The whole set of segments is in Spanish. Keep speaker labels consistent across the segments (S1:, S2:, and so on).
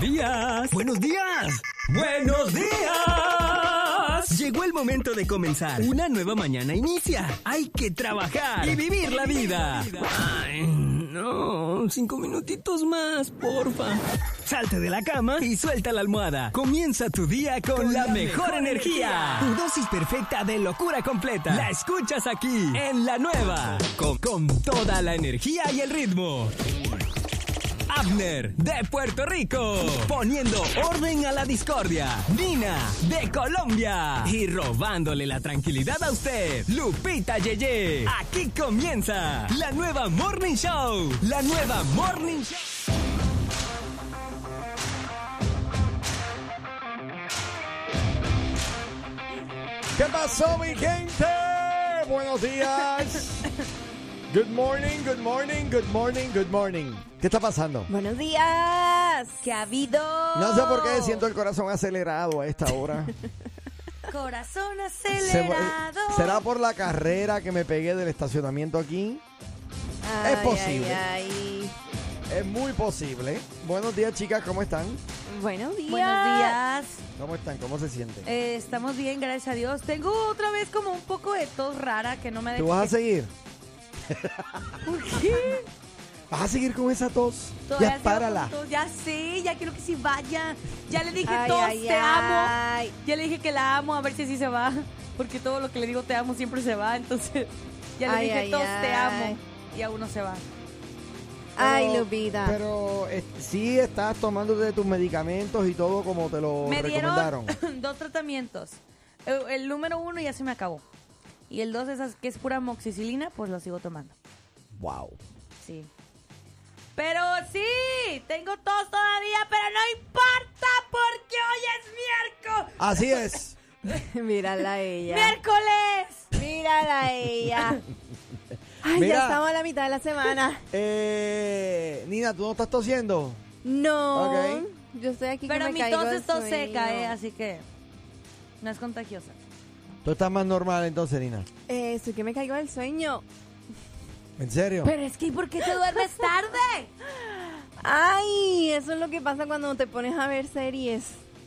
S1: días.
S2: Buenos días.
S1: Buenos días.
S2: Llegó el momento de comenzar. Una nueva mañana inicia. Hay que trabajar y vivir la vida. Ay, no. Cinco minutitos más, porfa. Salte de la cama y suelta la almohada. Comienza tu día con,
S1: Con
S2: la,
S1: la
S2: mejor,
S1: mejor
S2: energía.
S1: energía.
S2: Tu dosis perfecta de locura completa. La escuchas aquí, en la nueva. Con, con toda la energía y el ritmo. Abner, de Puerto Rico, poniendo orden a la discordia. Nina, de Colombia, y robándole la tranquilidad a usted, Lupita Yeye. Aquí comienza la nueva Morning Show, la nueva Morning Show.
S3: ¿Qué pasó, mi gente? Buenos días. Good morning, good morning, good morning, good morning. ¿Qué está pasando?
S4: Buenos días, ¿qué ha habido?
S3: No sé por qué siento el corazón acelerado a esta hora.
S4: Corazón
S3: Se-
S4: acelerado.
S3: ¿Será por la carrera que me pegué del estacionamiento aquí?
S4: Ay,
S3: es posible.
S4: ay, ay.
S3: Es muy posible. Buenos días, chicas, ¿cómo están?
S5: Buenos días.
S4: Buenos días.
S3: ¿Cómo están? ¿Cómo se sienten?
S5: Eh, estamos bien, gracias a Dios. Tengo otra vez como un poco de tos rara que no me
S3: ¿Tú
S5: deja.
S3: vas a seguir?
S5: ¿Por qué?
S3: ¿Vas a seguir con esa tos?
S5: Todavía
S3: Ya
S5: sigo
S3: párala.
S5: con tos. Ya sé, ya quiero que se vaya. Ya le dije
S4: Ay,
S5: tos,
S4: ay,
S5: te amo.
S4: ay.
S5: Ya le dije que la amo, a ver si así se va. Porque todo lo que le digo te amo siempre se va. Entonces, ya le
S4: Ay,
S5: dije
S4: ay,
S5: tos, te
S4: ay.
S5: amo. Y aún no se va.
S4: Ay,
S3: Pero-
S4: Lupita.
S3: Pero eh, sí estás tomándote tus medicamentos y todo como te lo
S5: me
S3: recomendaron.
S5: dieron dos tratamientos. El, el número uno ya se me acabó. Y el dos, esas que es pura moxicilina, pues lo sigo tomando.
S3: Wow.
S5: Sí. Pero sí, tengo tos todavía, pero no importa porque hoy es miércoles.
S3: Así es.
S4: Mírala a ella.
S5: ¡Miércoles!
S4: Mírala a ella. Ay,
S3: Mira.
S4: ya estamos a la mitad de la semana.
S3: Eh, Nina, ¿tú no estás tosiendo?
S4: No.
S3: Ok.
S4: Yo estoy aquí que
S5: Pero
S4: me
S5: mi
S4: caigo
S5: tos
S4: de
S5: es tos
S4: sueño.
S5: seca, eh, así que no es contagiosa.
S3: Tú estás más normal entonces, Nina.
S4: Eh, estoy que me caigo del sueño.
S3: ¿En serio?
S4: Pero es que, ¿y por qué te duermes tarde? Ay, eso es lo que pasa cuando te pones a ver series.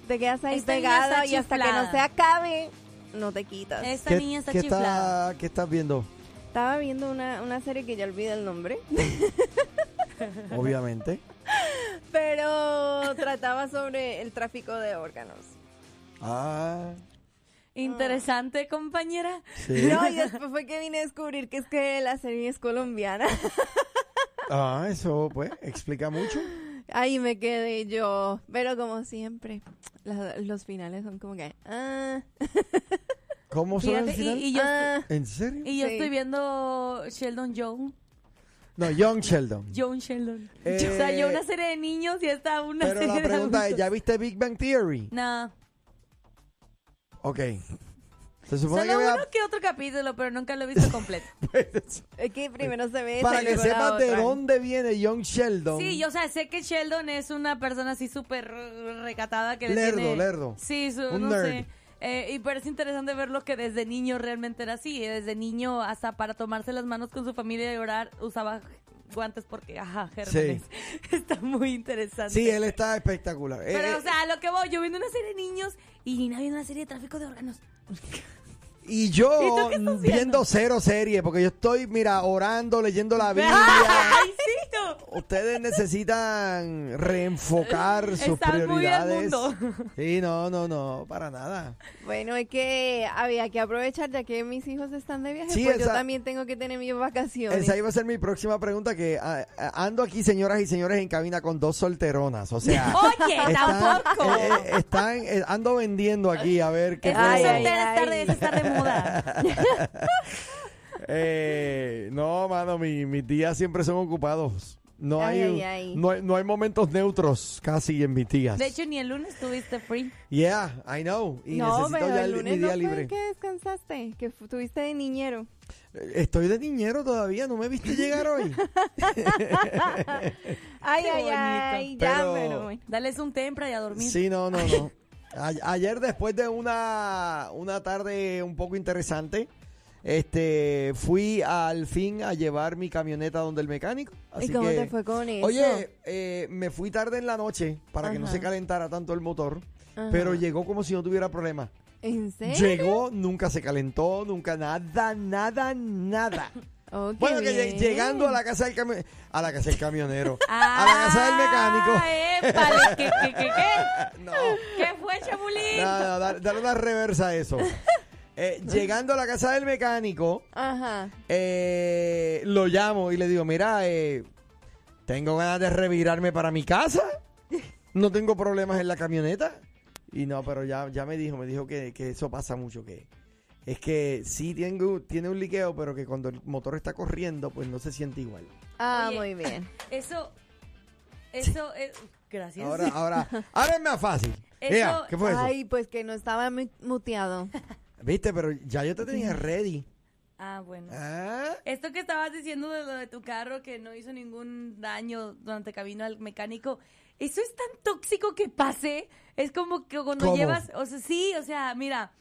S4: Te quedas ahí
S5: Esta niña
S4: pegado
S5: está
S4: y hasta que no
S5: chiflada.
S4: se acabe, no te quitas.
S5: Esta
S3: ¿Qué,
S5: niña está
S3: qué
S5: chiflada.
S3: está- ¿Qué estás viendo?
S4: Estaba viendo una, una serie que ya olvidé el nombre,
S3: Obviamente.
S4: pero trataba sobre el tráfico de órganos.
S3: Ah,
S5: Interesante, compañera.
S3: sí.
S4: No, y después fue que vine a descubrir que es que la serie es colombiana.
S3: Ah, eso pues explica mucho.
S4: Ahí me quedé yo, pero como siempre, la- los finales son como que... ah,
S3: ¿Cómo son el
S5: Fíjate, y,
S3: final?
S5: y yo,
S4: ah.
S3: ¿En serio?
S5: y yo
S4: Sí.
S5: estoy viendo Sheldon Young.
S3: No, Young Sheldon.
S5: Young Sheldon.
S3: Eh,
S5: o sea, yo una serie de niños y esta una
S3: Pero
S5: serie
S3: la
S5: de
S3: pregunta es,
S5: adultos.
S3: ¿ya viste Big Bang Theory?
S5: No.
S3: Ok. Se supone
S5: Solo
S3: que vea-
S5: uno que otro capítulo, pero nunca lo he visto completo.
S4: Es que primero se ve... esa
S3: Para
S4: y
S3: que
S4: luego la
S3: sepas de
S4: otra.
S3: dónde viene Young Sheldon.
S5: Sí, yo o sea, sé que Sheldon es una persona así súper eh, recatada que le
S3: Lerdo,
S5: tiene-
S3: lerdo.
S5: Sí, su-
S3: Un
S5: no
S3: nerd.
S5: sé. Eh, y pero es interesante ver lo que desde niño realmente era así. Y Desde niño hasta para tomarse las manos con su familia y llorar usaba guantes porque, ajá, gérmenes. Está muy interesante.
S3: Sí, él está espectacular. Eh,
S5: Pero,
S3: eh,
S5: o sea, a lo que voy, yo viendo una serie de niños y Nina viendo una serie de tráfico de órganos.
S3: Y yo
S5: ¿Y tú qué estás viendo?
S3: viendo cero serie, porque yo estoy, mira, orando, leyendo la Biblia.
S5: ¡Ay, sí! no!
S3: Ustedes necesitan reenfocar sus
S5: Están muy al
S3: prioridades.
S5: mundo.
S3: Sí, no, no, no, para nada.
S4: Bueno, es que había que aprovechar ya que mis hijos están de viaje,
S3: Sí,
S4: pues yo
S3: esa-
S4: también tengo que tener mis vacaciones.
S3: Esa iba a ser mi próxima pregunta, que ah, ah, ando aquí, señoras y señores, en cabina con dos solteronas. O sea,
S5: Oye,
S3: están,
S5: Oh, tampoco.
S3: eh, eh, están, eh, ando vendiendo aquí, a ver qué
S5: Es
S4: Ay,
S3: puedo-
S4: ay,
S5: soltera, es
S4: ay.
S5: tarde, es estar de moda.
S3: Eh, no, mano, mi- mis días siempre son ocupados. No
S4: Ay,
S3: hay,
S4: ay, ay.
S3: No, hay- no hay momentos neutros casi en mis días.
S5: De hecho, ni el lunes tuviste free.
S3: yeah, I know. Y
S4: no,
S3: necesito
S4: pero
S3: ya
S4: el
S3: el-
S4: lunes
S3: mi
S4: no
S3: día
S4: fue
S3: libre.
S4: que descansaste, que fu- tuviste de niñero.
S3: Eh, Estoy de niñero todavía, no me viste llegar hoy.
S4: Ay,
S5: Qué
S4: ay, ay, ya,
S3: Pero-
S4: pero bueno.
S5: Dales un tempra y a dormir.
S3: sí, no, no, no. A- ayer después de una, una tarde un poco interesante, Este, fui al fin a llevar mi camioneta donde el mecánico. Así
S4: ¿Y cómo
S3: que-
S4: te fue con eso?
S3: Oye, eh, me fui tarde en la noche para que no
S4: Ajá.
S3: se calentara tanto el motor,
S4: Ajá.
S3: pero llegó como si no tuviera problema.
S4: ¿En serio?
S3: Llegó, nunca se calentó, nunca nada, nada, nada.
S4: Oh, qué
S3: Bueno, que lleg-
S4: bien.
S3: llegando a la casa del camionero, a la casa del camionero,
S5: Ah,
S3: a la casa del mecánico. ah,
S5: épale, ¿Qué, qué, qué, qué?
S3: No,
S5: ¿Qué fue, Chapulín?
S3: no, no, dar, dar una reversa a eso. Eh, llegando a la casa del mecánico,
S4: Ajá.
S3: eh, lo llamo y le digo, mira, eh, tengo ganas de revirarme para mi casa. No tengo problemas en la camioneta. Y no, pero ya, ya me dijo, me dijo que, que eso pasa mucho, que es que sí tengo, tiene un liqueo, pero que cuando el motor está corriendo, pues no se siente igual.
S4: Ah,
S5: Oye.
S4: muy bien.
S5: Eso, eso, eh, gracias.
S3: Ahora, ahora, ahora es más fácil.
S5: Eso-
S3: Ea, ¿qué fue eso?
S4: Ay, pues que no estaba mu- muteado.
S3: Viste, pero ya yo te tenía ready.
S5: Ah, bueno.
S3: ¿Ah?
S5: Esto que estabas diciendo de lo de tu carro que no hizo ningún daño durante camino al mecánico, eso es tan tóxico que pase. Es como que cuando
S3: ¿Cómo?
S5: llevas, o sea, sí, o sea, mira,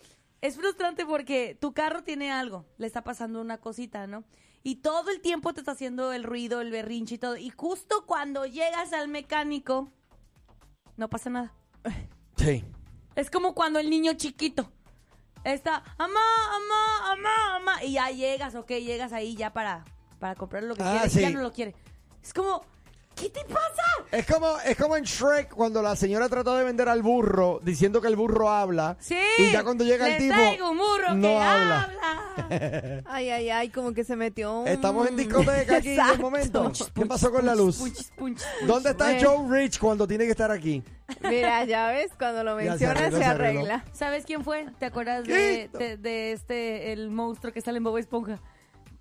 S5: es frustrante porque tu carro tiene algo, le está pasando una cosita, ¿no? Y todo el tiempo te está haciendo el ruido, el berrinche y todo. Y justo cuando llegas al mecánico, no pasa nada.
S3: Sí.
S5: Es como cuando el niño chiquito está, mamá, mamá, mamá, mamá, y ya llegas, ok, llegas ahí ya para, para comprar lo que
S3: Ah,
S5: quieres,
S3: sí.
S5: y ya no lo quiere. Es como, ¿qué te pasa?
S3: Es como, es como en Shrek cuando la señora trató de vender al burro diciendo que el burro habla.
S5: Sí.
S3: Y ya cuando llega el
S5: le
S3: tipo.
S5: traigo un burro
S3: no
S5: que
S3: habla.
S5: habla.
S4: Ay, ay, ay, como que se metió un...
S3: Estamos en discoteca aquí en el
S4: Exacto.
S3: momento.
S5: Punch,
S3: ¿Qué
S5: punch,
S3: pasó con la
S5: punch,
S3: luz?
S5: punch, punch, punch.
S3: ¿Dónde está
S4: Eh.
S3: Joe Rich cuando tiene que estar aquí?
S4: Mira, ya ves, cuando lo
S3: Ya se
S4: mencionas
S3: arregló,
S4: se
S3: se arregló.
S4: arregla.
S5: ¿Sabes quién fue? ¿Te acuerdas
S3: ¿Qué?
S5: de, de- de este, el monstruo que sale en Bob Esponja?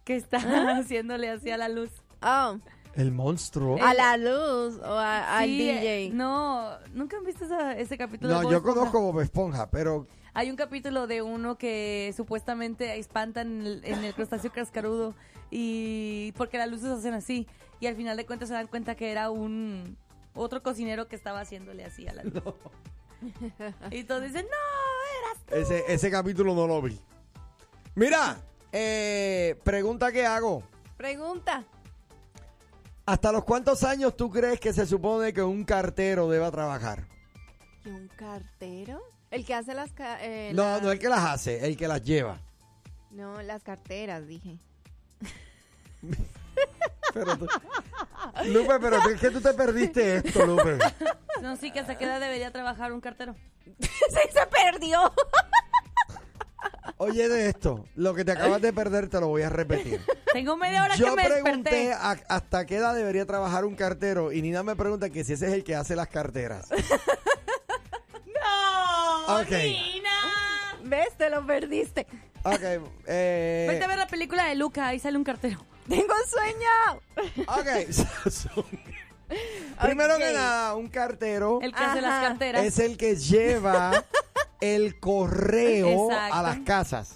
S5: Que está haciéndole así a la luz.
S4: Oh,
S3: El monstruo.
S5: Eh,
S4: a la luz o a- al
S5: Sí, eh,
S4: DJ.
S5: No, ¿nunca han visto esa- ese capítulo de
S3: No,
S5: Bob
S3: yo
S5: Esponja?
S3: conozco Bob Esponja, pero
S5: Hay un capítulo de uno que supuestamente espantan en el, en el crustáceo cascarudo y porque las luces hacen así y al final de cuentas se dan cuenta que era un otro cocinero que estaba haciéndole así a la luz. Y todos dicen, "No, eras tú".
S3: ese, ese capítulo no lo vi. Mira, eh, pregunta que hago.
S4: Pregunta.
S3: ¿Hasta los cuántos años tú crees que se supone que un cartero deba trabajar?
S4: ¿Y un cartero? El que hace las... ca- eh,
S3: No,
S4: las-
S3: no el que las hace, el que las lleva.
S4: No, las carteras, dije.
S3: Pero tú- Lupe, pero tú- es que tú te perdiste esto, Lupe.
S5: No, sí que hasta qué edad debería trabajar un cartero.
S4: ¡Se, se perdió!
S3: Oye de esto, lo que te acabas de perder te lo voy a repetir.
S5: Tengo media hora
S3: Yo
S5: que me
S3: pregunté eh,
S5: desperté.
S3: a- hasta qué edad debería trabajar un cartero y Nina me pregunta que si ese es el que hace las carteras.
S5: No,
S3: Ok.
S5: Nina.
S4: ¿Ves? Te lo perdiste.
S3: Ok, eh,
S5: Vete a ver la película de Luca, ahí sale un cartero.
S4: ¡Tengo sueño!
S3: ok. Primero que
S4: Ok.
S3: nada, un cartero
S5: El que hace las
S4: Ajá.
S5: carteras.
S3: es el que lleva el correo
S5: Exacto.
S3: a las casas.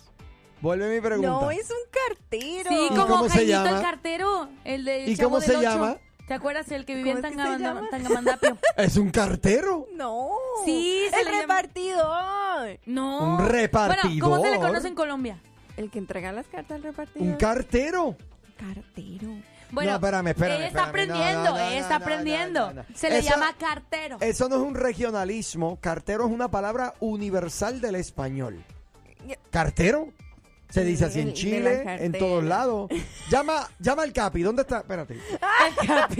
S3: Vuelve mi pregunta.
S4: No, es un cartero.
S5: Sí,
S3: ¿Y
S5: como
S3: cómo se
S5: Jaimito
S3: llama?
S5: el cartero, el del
S3: ¿Y
S5: Chavo
S3: cómo
S5: del
S3: se
S5: Ocho.
S3: llama?
S5: ¿Te acuerdas el que vivía en
S4: ¿Cómo es que se
S5: Tangamanda-
S4: llama?
S5: Tangamandapio?
S3: ¿Es un cartero?
S4: No.
S5: Sí, se
S4: el
S5: le llama-
S4: repartidor.
S5: No.
S3: Un
S5: Bueno, ¿cómo se le
S3: repartidor.
S5: conoce en Colombia?
S4: El que entrega las cartas al repartidor.
S3: ¿Un cartero?
S4: cartero.
S5: Bueno,
S3: No, espérame, espérame,
S5: él está
S3: espérame. No,
S5: aprendiendo,
S3: no, no,
S5: él está
S3: no, no,
S5: aprendiendo.
S3: no, no, no.
S5: Se le
S3: Eso-
S5: llama cartero.
S3: Eso no es un regionalismo. Cartero es una palabra universal del español. ¿Cartero? Se dice así en
S4: De- de
S3: Chile,
S4: la
S3: en
S4: cartera.
S3: todos lados. Llama, llama al Capi. ¿Dónde está? Espérate.
S5: El capi.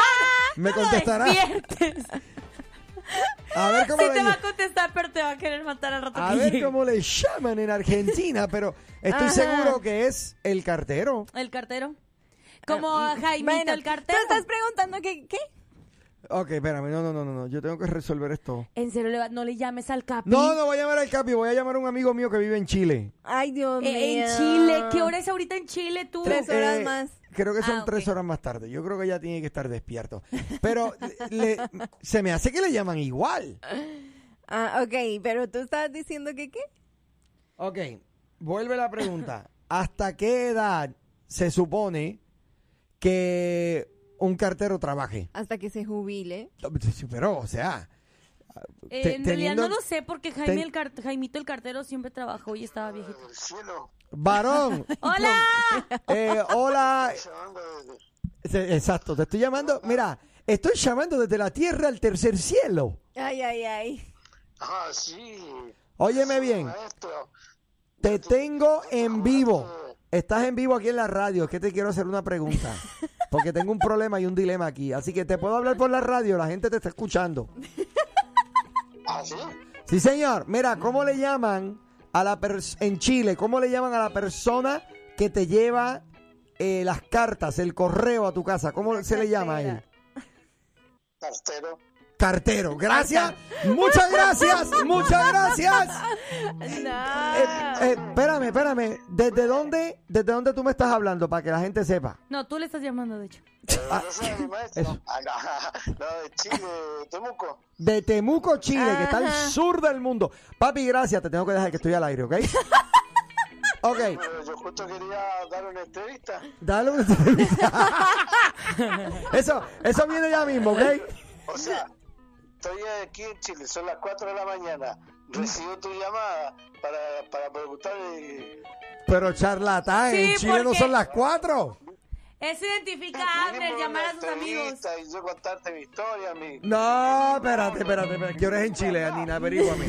S3: Me contestará.
S5: Despiertes.
S3: A ver
S5: Sí
S3: cómo
S5: te va a
S3: le,
S5: contestar, pero te va a querer matar al rato
S3: a
S5: que
S3: ver
S5: llegue.
S3: cómo le llaman en Argentina, pero estoy
S4: Ajá.
S3: seguro que es el cartero.
S5: El cartero. Como
S4: Ah, mm,
S5: Jaimito
S4: bueno,
S5: el cartero.
S4: ¿Tú estás preguntando que, qué?
S3: Ok, espérame. No, no, no, no, no. Yo tengo que resolver esto.
S5: En serio, le va- no le llames al Eh, capi.
S3: No, no voy a llamar al Capi. Voy a llamar a un amigo mío que vive en Chile.
S4: Ay, Dios mío.
S5: Eh, en Chile, ¿qué hora es ahorita en Chile tú?
S4: Tres
S3: eh,
S4: horas más.
S3: Creo que son
S5: Ah,
S3: tres
S5: ok.
S3: horas más tarde. Yo creo que ya tiene que estar despierto. Pero le- se me hace que le llaman igual.
S4: Ah, ok, pero tú estabas diciendo que qué?
S3: Ok, vuelve la pregunta. ¿Hasta qué edad se supone que un cartero trabaje?
S4: Hasta que se jubile.
S3: Pero, o sea...
S5: Eh,
S3: te-
S5: en realidad
S3: teniendo-
S5: no lo sé porque Jaime
S3: ten-
S5: el car- Jaimito el cartero siempre trabajó y estaba viejito.
S6: cielo,
S3: Varón.
S5: ¡Hola!
S3: Eh, hola. Se- Exacto, te estoy llamando. Mira, estoy llamando desde la tierra al tercer cielo.
S4: Ay, ay, ay.
S6: Ah, sí.
S3: Óyeme bien,
S6: Maestro.
S3: te tengo en vivo. Estás en vivo aquí en la radio. Es que te quiero hacer una pregunta. Porque tengo un problema y un dilema aquí. Así que te puedo hablar por la radio. La gente te está escuchando.
S6: ¿Ah, sí?
S3: Sí, señor. Mira, ¿cómo le llaman a la pers- en Chile? ¿Cómo le llaman a la persona que te lleva eh, las cartas, el correo a tu casa? ¿Cómo se le llama a él?
S6: Cartero.
S3: Cartero. Gracias. Muchas gracias. Muchas gracias.
S4: No.
S3: Eh, eh, espérame, espérame. ¿Desde dónde, ¿Desde dónde tú me estás hablando para que la gente sepa?
S5: No, tú le estás llamando, de hecho.
S6: Eh, no sé,
S3: ah, eso.
S6: maestro. Ah, no, no, de Chile, Temuco.
S3: De Temuco, Chile, que está al
S4: Ajá.
S3: sur del mundo. Papi, gracias. Te tengo que dejar que estoy al aire, ¿ok? Ok,
S6: Pero yo justo quería dar una entrevista.
S3: dale un... eso, eso viene ya mismo, ¿ok?
S6: O sea, estoy aquí en Chile, son las 4 de la mañana. Recibo tu llamada para, para preguntar. eh,
S3: Pero charlatán,
S5: Sí,
S3: en Chile no
S5: porque-
S3: son las cuatro.
S5: Eso identifica a Abner,
S6: mínimo
S5: llamar
S6: una
S5: a sus amigos.
S6: entrevista Y yo contarte mi historia, mi.
S3: No, espérate, espérate, espérate. ¿Qué hora es en Chile, Nina? Averíguame.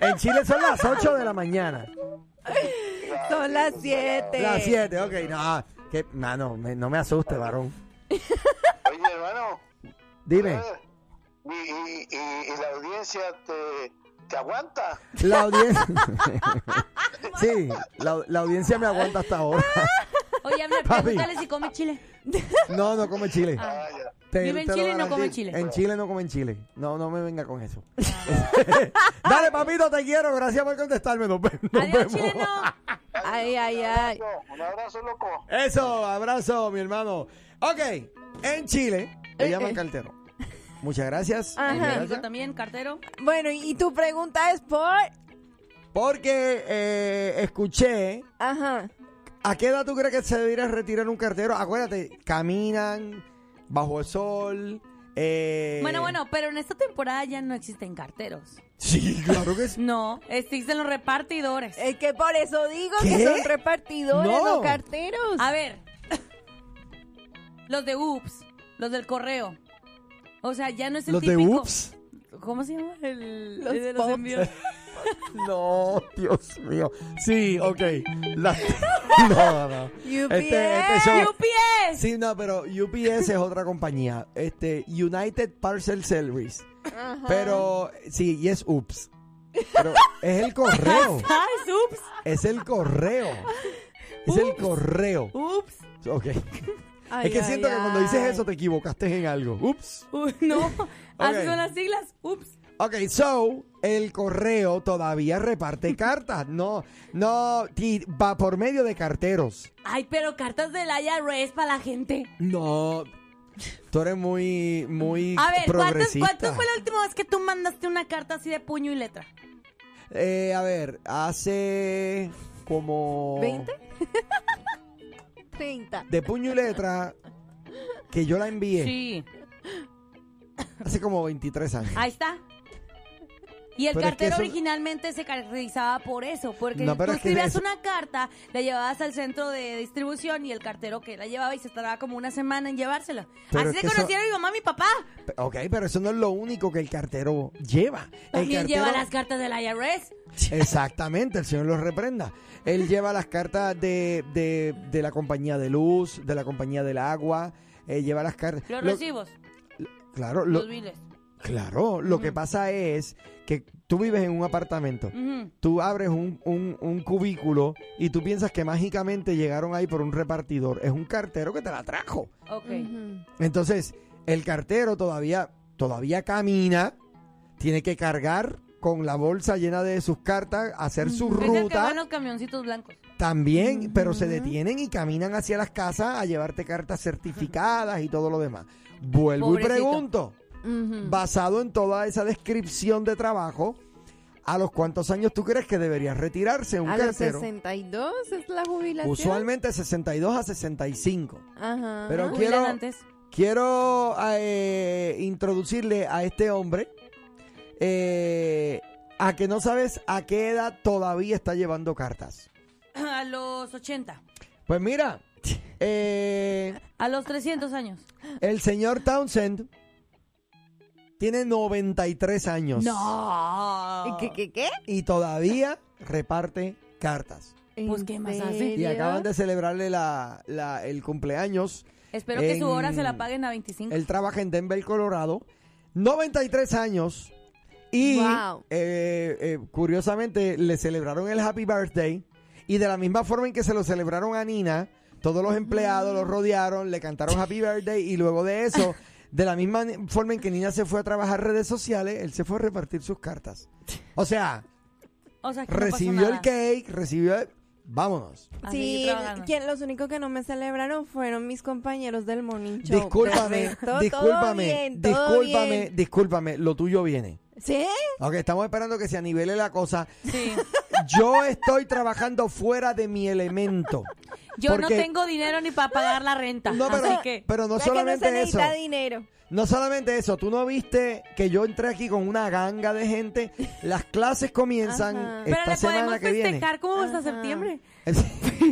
S3: En Chile son las 8 de la mañana.
S4: Son las 7.
S3: Las 7, ok. No, que, no, no, me, no me asuste, varón.
S6: Oye, hermano.
S3: Dime,
S6: eh, ¿Y, y, y- y la audiencia te, te aguanta?
S3: la audiencia... sí, la, la audiencia me aguanta hasta ahora.
S5: Oye, Abner,
S3: Papi.
S5: pregúntale si come chile.
S3: No, no come chile.
S6: Ah, ya.
S3: Te-
S5: Vive en
S3: te lo
S5: Chile y no
S3: garantizo.
S5: come chile. Ah.
S3: En Chile no comen chile. No, no me venga con eso. Dale, papito, te quiero. Gracias por contestarme. Nos, ve- nos
S5: Adiós,
S3: vemos.
S5: chileno.
S4: Ay, ay, ay.
S6: Un abrazo, loco.
S3: Eso, abrazo, mi hermano. Ok, en Chile le
S4: Eh,
S3: llaman
S4: eh.
S3: cartero. Muchas gracias.
S4: Ajá.
S5: En
S3: muchas
S5: México
S3: gracias.
S5: también, cartero.
S4: Bueno, y y tu pregunta es por.
S3: Porque eh, escuché.
S4: Ajá.
S3: ¿A qué edad tú crees que se debería retirar un cartero? Acuérdate, caminan bajo el sol. eh,
S5: Bueno, bueno, pero en esta temporada ya no existen carteros.
S3: Sí, claro que sí.
S5: No, Eh. existen los repartidores.
S4: Es que por eso digo
S3: ¿Qué?
S4: que son repartidores,
S3: No.
S4: no, carteros.
S5: A ver, los de UPS, los del correo. O sea, ya no es el
S3: Los de
S5: típico.
S3: UPS.
S5: ¿Cómo se llama? El,
S4: Los
S5: el de
S4: bots.
S5: los envíos.
S3: No, Dios mío. Sí, ok. La- No, no.
S4: UPS.
S3: show-
S5: UPS.
S3: Sí, no, pero UPS es otra compañía. Este, United Parcel Service. Pero, sí, y es UPS. Pero es el correo.
S5: Ah, es UPS.
S3: Es el correo. Es el correo.
S5: UPS.
S3: Ok.
S4: Ay,
S3: es que
S4: ay,
S3: siento que cuando dices
S4: ay.
S3: eso te equivocaste en algo. Ups.
S5: Uy, no,
S3: Ok.
S5: así son las siglas. UPS.
S3: Ok, so, el correo todavía reparte cartas. No, no, ti- va por medio de carteros.
S5: Ay, pero cartas del IRS para la gente.
S3: No. Tú eres muy, muy
S5: A ver, ¿cuántas,
S3: Este progresista.
S5: ¿cuánto fue la última vez que tú mandaste una carta así de puño y letra?
S3: Eh, a ver, hace como...
S4: ¿Veinte? 30.
S3: De puño y letra que yo la envié
S5: Sí.
S3: hace como 23 años.
S5: Ahí está. Y el
S3: Pero es que
S5: cartero
S3: eso-
S5: originalmente se caracterizaba por eso, porque
S3: No, pero
S5: tú
S3: es que
S5: escribías
S3: eso-
S5: una carta, la llevabas al centro de distribución y el cartero que la llevaba y se tardaba como una semana en llevársela.
S3: Pero
S5: Así
S3: es
S5: se
S3: que eso-
S5: conocieron mi mamá y mi papá.
S3: Pe- Ok, pero eso no es lo único que el cartero lleva. El
S5: También
S3: cartero-
S5: lleva las cartas del IRS.
S3: Exactamente, el señor los reprenda. Él lleva las cartas de, de, de la compañía de luz, de la compañía del agua, eh, lleva las cartas...
S5: Los
S3: lo-
S5: recibos,
S3: Claro, lo,
S5: los biles.
S3: claro, lo que pasa es que tú vives en un apartamento.
S5: Ujú.
S3: Tú abres un, un- un cubículo y tú piensas que mágicamente llegaron ahí por un repartidor. Es un cartero que te la trajo.
S5: Ok.
S3: Entonces, el cartero todavía, todavía camina, tiene que cargar con la bolsa llena de sus cartas, hacer su
S5: Es el que
S3: ruta
S5: va en los camioncitos blancos.
S3: también, pero se detienen y caminan hacia las casas a llevarte cartas certificadas y todo lo demás. Vuelvo
S5: Pobrecito.
S3: y pregunto,
S4: Mm.
S3: basado en toda esa descripción de trabajo, ¿a los cuántos años tú crees que deberías retirarse un
S4: A los
S3: cartero?
S4: 62 es la jubilación.
S3: Usualmente 62 a 65.
S4: Ajá.
S3: Pero
S5: Jubilan
S3: quiero,
S5: antes.
S3: Quiero eh, introducirle a este hombre eh, a que no sabes a qué edad todavía está llevando cartas.
S5: A los 80,
S3: Pues mira, eh,
S5: a los 300 años.
S3: el señor Townsend tiene 93 años.
S5: No.
S4: ¿Y ¿Qué, qué, qué?
S3: Y todavía reparte cartas.
S5: Pues, ¿qué
S4: ¿En
S5: más hace?
S4: serio?
S3: Y acaban de celebrarle la- la- el cumpleaños.
S5: Espero que su
S3: En-
S5: hora se la paguen a 25.
S3: Él trabaja en Denver, Colorado. 93 años. Y
S4: Wow.
S3: eh, eh, curiosamente le celebraron el Happy Birthday. Y de la misma forma en que se lo celebraron a Nina, todos los empleados
S4: Mm.
S3: lo rodearon, le cantaron Happy Birthday. Y luego de eso, de la misma ni- forma en que Nina se fue a trabajar redes sociales, él se fue a repartir sus cartas. O sea,
S5: O sea, que no pasó
S3: recibió el
S5: nada.
S3: cake, recibió el- Vámonos.
S5: A seguir
S4: Sí,
S5: trabajando.
S4: quien- los únicos que no me celebraron fueron mis compañeros del Morning Show.
S3: discúlpame,
S4: Perfecto, todo
S3: discúlpame,
S4: bien, todo
S3: discúlpame,
S4: bien.
S3: discúlpame, lo tuyo viene.
S4: ¿Sí?
S3: Ok, estamos esperando que se anivele la cosa.
S5: Sí.
S3: Yo estoy trabajando fuera de mi elemento.
S5: Yo no
S3: Porque-
S5: tengo dinero ni para pagar la renta.
S3: No, pero,
S5: así que.
S3: pero no
S4: Ya que
S3: solamente
S4: no se
S3: eso.
S4: necesita dinero.
S3: No solamente eso. Tú no viste que yo entré aquí con una ganga de gente. Las clases comienzan
S4: Ajá.
S3: esta
S5: Pero le podemos
S3: semana que viene.
S5: festejar como hasta
S4: Ajá.
S5: septiembre.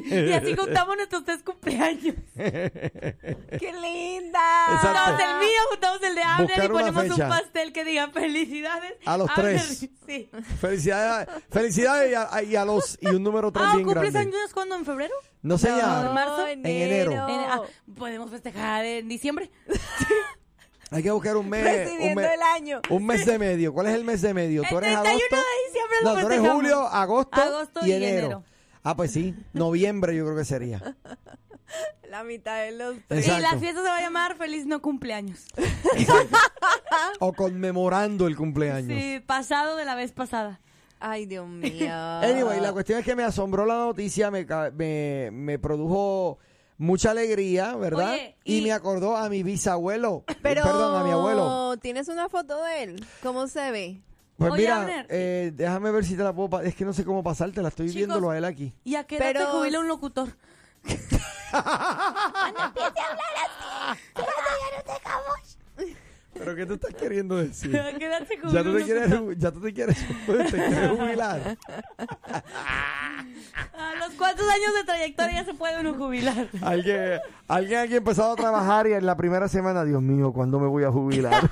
S5: Y así juntamos nuestros tres cumpleaños.
S4: ¡Qué linda!
S3: Exacto.
S5: Juntamos el mío, juntamos el de Abner
S3: Buscar
S5: y
S3: una
S5: ponemos
S3: fecha.
S5: un pastel que diga felicidades.
S3: A los
S5: Abner,
S3: tres.
S5: Sí.
S3: felicidades, felicidades y a, y a los y un número tres
S5: Ah,
S3: bien
S5: ¿cumples
S3: grande.
S5: años cuando? ¿En febrero?
S3: No señor.
S5: No. marzo?
S4: En
S3: enero.
S4: enero.
S5: En- ah, podemos festejar en diciembre.
S3: Hay que buscar un mes, un
S4: Recibiendo
S3: mes,
S4: el año.
S3: un mes de medio. ¿Cuál es el mes de medio?
S5: El
S3: ¿Tú eres
S5: 31
S3: agosto?
S5: de diciembre lo
S3: No, tú eres
S5: festejamos.
S3: julio, agosto,
S5: Agosto
S3: y,
S5: y
S3: enero.
S5: enero.
S3: Ah, pues sí, noviembre yo creo que sería.
S4: La mitad de los tres.
S3: Exacto.
S5: Y la fiesta se va a llamar Feliz No Cumpleaños.
S3: O conmemorando el cumpleaños.
S5: Sí, pasado de la vez pasada.
S4: Ay, Dios mío.
S3: Anyway, la cuestión es que me asombró la noticia, me, ca- me, me produjo mucha alegría, ¿verdad?
S5: Oye,
S3: y...
S5: y-
S3: me acordó a mi bisabuelo, Eh,
S4: Pero,
S3: perdón, a mi abuelo.
S4: ¿Tienes una foto de él? ¿Cómo se ve?
S3: Pues
S5: Oye,
S3: mira,
S5: Abner.
S3: eh, déjame ver si te la puedo... pa- Es que no sé cómo pasarte, la estoy
S5: Chicos.
S3: viéndolo a él aquí.
S5: ¿Y a qué edad
S4: Pero-
S5: se jubila un locutor?
S3: ¿Pero qué tú estás queriendo decir?
S5: ¿A qué edad se jubila
S3: Ya tú
S5: un
S3: te quieres,
S5: locutor?
S3: ya tú te quieres, te quieres jubilar.
S5: A los cuántos años de trayectoria ya se puede uno jubilar.
S3: Alguien, alguien aquí ha empezado a trabajar y en la primera semana, Dios mío, ¿cuándo me voy a jubilar?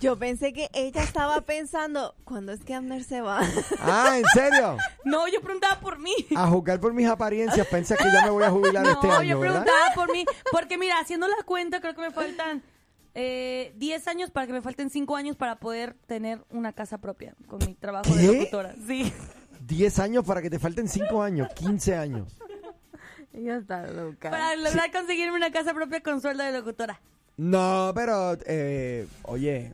S4: Yo pensé que ella estaba pensando, ¿cuándo es que Abner se va?
S3: ah, ¿en serio?
S5: No, yo preguntaba por mí.
S3: A juzgar por mis apariencias, pensas que ya me voy a jubilar
S5: no,
S3: este año,
S5: yo
S3: ¿verdad?
S5: preguntaba por mí. Porque mira, haciendo la cuenta, creo que me faltan eh, 10 años para que me falten 5 años para poder tener una casa propia con mi trabajo
S3: ¿Qué?
S5: de locutora. Sí.
S3: 10 años para que te falten 5 años, 15 años.
S4: Ella está loca.
S5: Para lograr conseguirme una casa propia con sueldo de locutora.
S3: No, pero, eh, oye,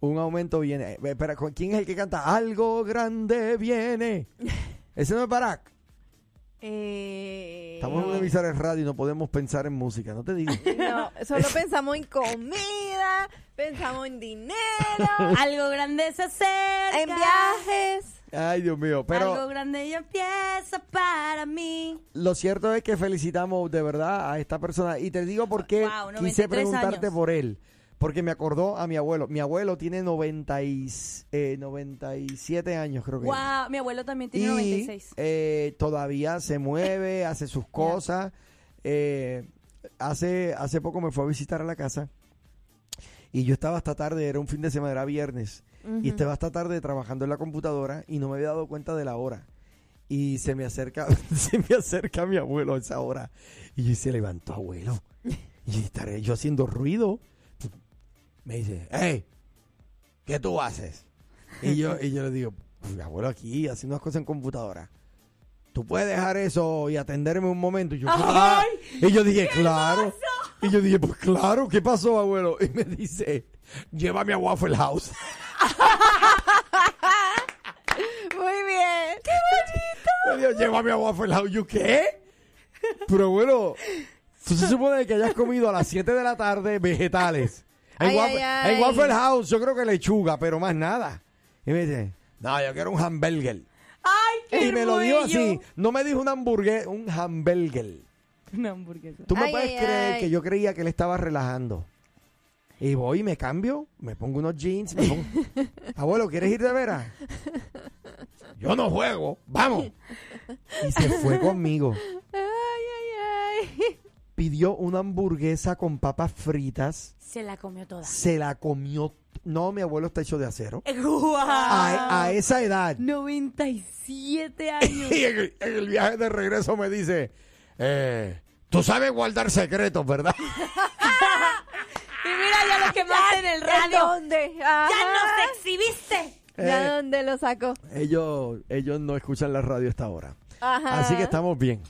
S3: un aumento viene. Eh, Espera, ¿con- ¿quién es el que canta? Algo grande viene. Ese no es Barack.
S4: Eh,
S3: Estamos en una emisora de radio y no podemos pensar en música, no te digo.
S4: No, solo pensamos en comida, pensamos en dinero,
S5: Algo grande se acerca.
S4: en viajes.
S3: Ay, Dios mío, pero...
S5: Algo grande ya empieza para mí.
S3: Lo cierto es que felicitamos de verdad a esta persona y te digo por qué
S5: Ah, Wow, 93
S3: quise preguntarte
S5: años.
S3: por él. Porque me acordó a mi abuelo. Mi abuelo tiene 90 y, eh, 97 años, creo que. es.
S5: Wow, mi abuelo también tiene
S3: y
S5: 96.
S3: eh, todavía se mueve, hace sus cosas. Eh, hace, hace poco me fue a visitar a la casa y yo estaba hasta tarde, era un fin de semana, era viernes. Y estaba hasta tarde trabajando en la computadora y no me había dado cuenta de la hora. Y se me acerca, se me acerca mi abuelo a esa hora. Y yo, se levantó, abuelo. Y estaré yo haciendo ruido. Me dice, hey, ¿qué tú haces? Y yo, y yo le digo, "Pues, abuelo, aquí haciendo unas cosas en computadora. ¿Tú puedes dejar eso y atenderme un momento? Y yo,
S5: ¡Ay!
S3: "Claro". y yo dije, claro. Y yo dije, pues claro, ¿qué pasó, abuelo? Y me dice, llévame a Waffle House.
S4: Muy bien.
S3: Me dijo, llévame a Waffle House. ¿Yo qué? Pero bueno, tú se supone que hayas comido a las 7 de la tarde vegetales. En,
S4: Ay,
S3: Waffle,
S4: ay, ay.
S3: en Waffle House yo creo que lechuga, pero más nada. Y me dice, no, yo quiero un hamburger.
S5: Ay, qué
S3: Y me lo dijo
S5: orgullo.
S3: así. No me dijo un hamburgués, un hamburger.
S5: Una hamburguesa.
S3: Tú me
S4: Ay,
S3: puedes
S4: ay,
S3: creer
S4: ay.
S3: que yo creía que él estaba relajando. Y voy, me cambio, me pongo unos jeans, me pongo... Abuelo, ¿quieres ir de veras? Yo no juego, vamos. Y se fue conmigo.
S5: Ay, ay, ay.
S3: Pidió una hamburguesa con papas fritas.
S5: Se la comió toda.
S3: Se la comió. No, mi abuelo está hecho de acero.
S5: ¡Guau!
S3: A, a esa edad.
S5: 97 años.
S3: Y en el, en el viaje de regreso me dice, eh, tú sabes guardar secretos, ¿verdad?
S5: Y mira ya lo que más en el
S4: ¿Ya
S5: radio.
S4: dónde?
S5: ¡Ya
S4: Ajá.
S5: nos exhibiste!
S4: ¿Ya
S3: Eh,
S4: dónde lo sacó?
S3: ellos, ellos no escuchan la radio a esta hora.
S4: Ajá.
S3: Así que estamos bien.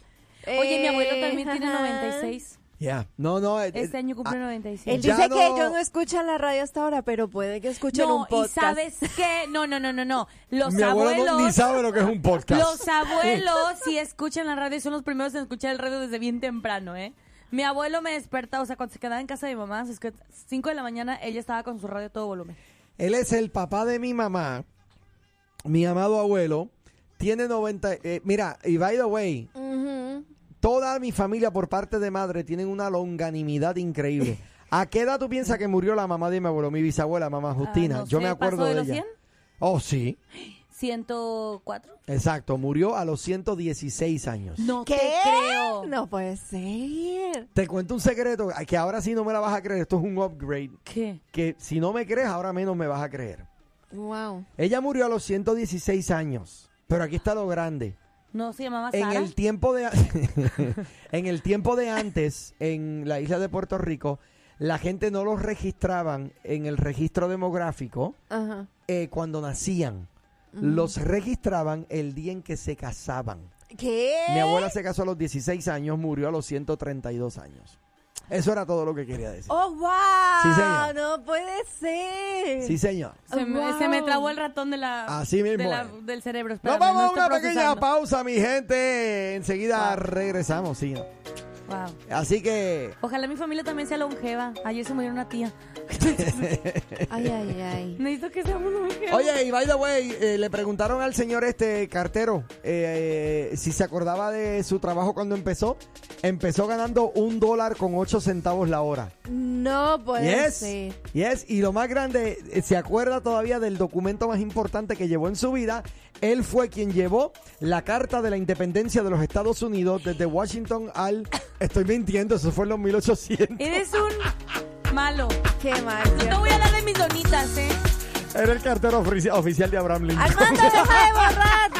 S5: Oye, mi abuelo
S4: Eh,
S5: también tiene
S4: ajá.
S5: 96.
S3: Ya. No, no. eh,
S5: Este
S3: eh,
S5: año cumple
S4: Él
S5: 96.
S3: Ya
S4: dice que
S3: no-
S4: ellos no escuchan la radio hasta ahora, pero puede que escuchen
S5: No,
S4: un podcast.
S5: y sabes qué? No, no, no, no, no. Los
S3: mi abuelo no- ni
S5: abuelos.
S3: sabe lo que es un podcast.
S5: Los abuelos si escuchan la radio y son los primeros en escuchar el radio desde bien temprano, ¿eh? Mi abuelo me desperta, o sea, cuando se quedaba en casa de mi mamá, a las 5 de la mañana, ella estaba con su radio a todo volumen.
S3: Él es el papá de mi mamá, mi amado abuelo. Tiene 90. eh, mira, y by the way,
S4: Ujú.
S3: toda mi familia por parte de madre tienen una longanimidad increíble. ¿A qué edad tú piensas que murió la mamá de mi abuelo, mi bisabuela, mamá Justina?
S5: Ah, no
S3: Yo
S5: sé,
S3: me acuerdo
S5: ¿pasó de
S3: de,
S5: los
S3: ella.
S5: 100?
S3: Oh, sí,
S5: ¿104?
S3: exacto. Murió a los 116 años.
S5: No
S4: ¿Qué?
S5: te creo.
S4: No puede ser.
S3: Te cuento un secreto ay, que ahora sí no me la vas a creer. Esto es un upgrade.
S5: ¿Qué?
S3: Que si no me crees, ahora menos me vas a creer.
S4: Wow.
S3: Ella murió a los 116 años. Pero aquí está lo grande.
S5: ¿No se llamaba
S3: En
S5: Sara?
S3: el tiempo de en el tiempo de antes en la isla de Puerto Rico la gente no los registraban en el registro demográfico
S4: Ajá.
S3: eh, cuando nacían. Los registraban el día en que se casaban.
S4: ¿Qué?
S5: ¿Eh?
S3: Mi abuela se casó a los 16 años, murió a los 132 años. Eso era todo lo que quería decir.
S4: Oh, wow.
S3: Sí, señor.
S4: No puede ser.
S3: Sí, señor.
S5: Se, me,
S4: Wow.
S5: se me trabó el ratón de la,
S3: Así mismo
S5: de la-
S3: es.
S5: del cerebro.
S3: Nos
S5: Espérame,
S3: vamos
S5: no
S3: a
S5: estoy
S3: una pequeña
S5: procesando.
S3: pausa, mi gente. Enseguida regresamos, sí.
S5: Wow.
S3: Así que
S5: Ojalá mi familia también sea longeva. Ayer se murió una tía.
S4: Ay, ay, ay.
S5: Necesito que seamos longevos.
S3: Oye, y by the way, eh, le preguntaron al señor este cartero eh, si se acordaba de su trabajo cuando empezó. Empezó ganando un dólar con ocho centavos la hora.
S4: No puede
S3: Yes,
S4: ser.
S3: yes. Y lo más grande, eh, se acuerda todavía del documento más importante que llevó en su vida. Él fue quien llevó la Carta de la Independencia de los Estados Unidos desde Washington al... Estoy mintiendo, eso fue en los 1800.
S5: Eres un malo.
S4: Qué mal.
S5: No te voy a hablar de mis donitas, ¿eh?
S3: Era el cartero ofici- oficial de Abraham Lincoln.
S4: Armando, deja de borrar.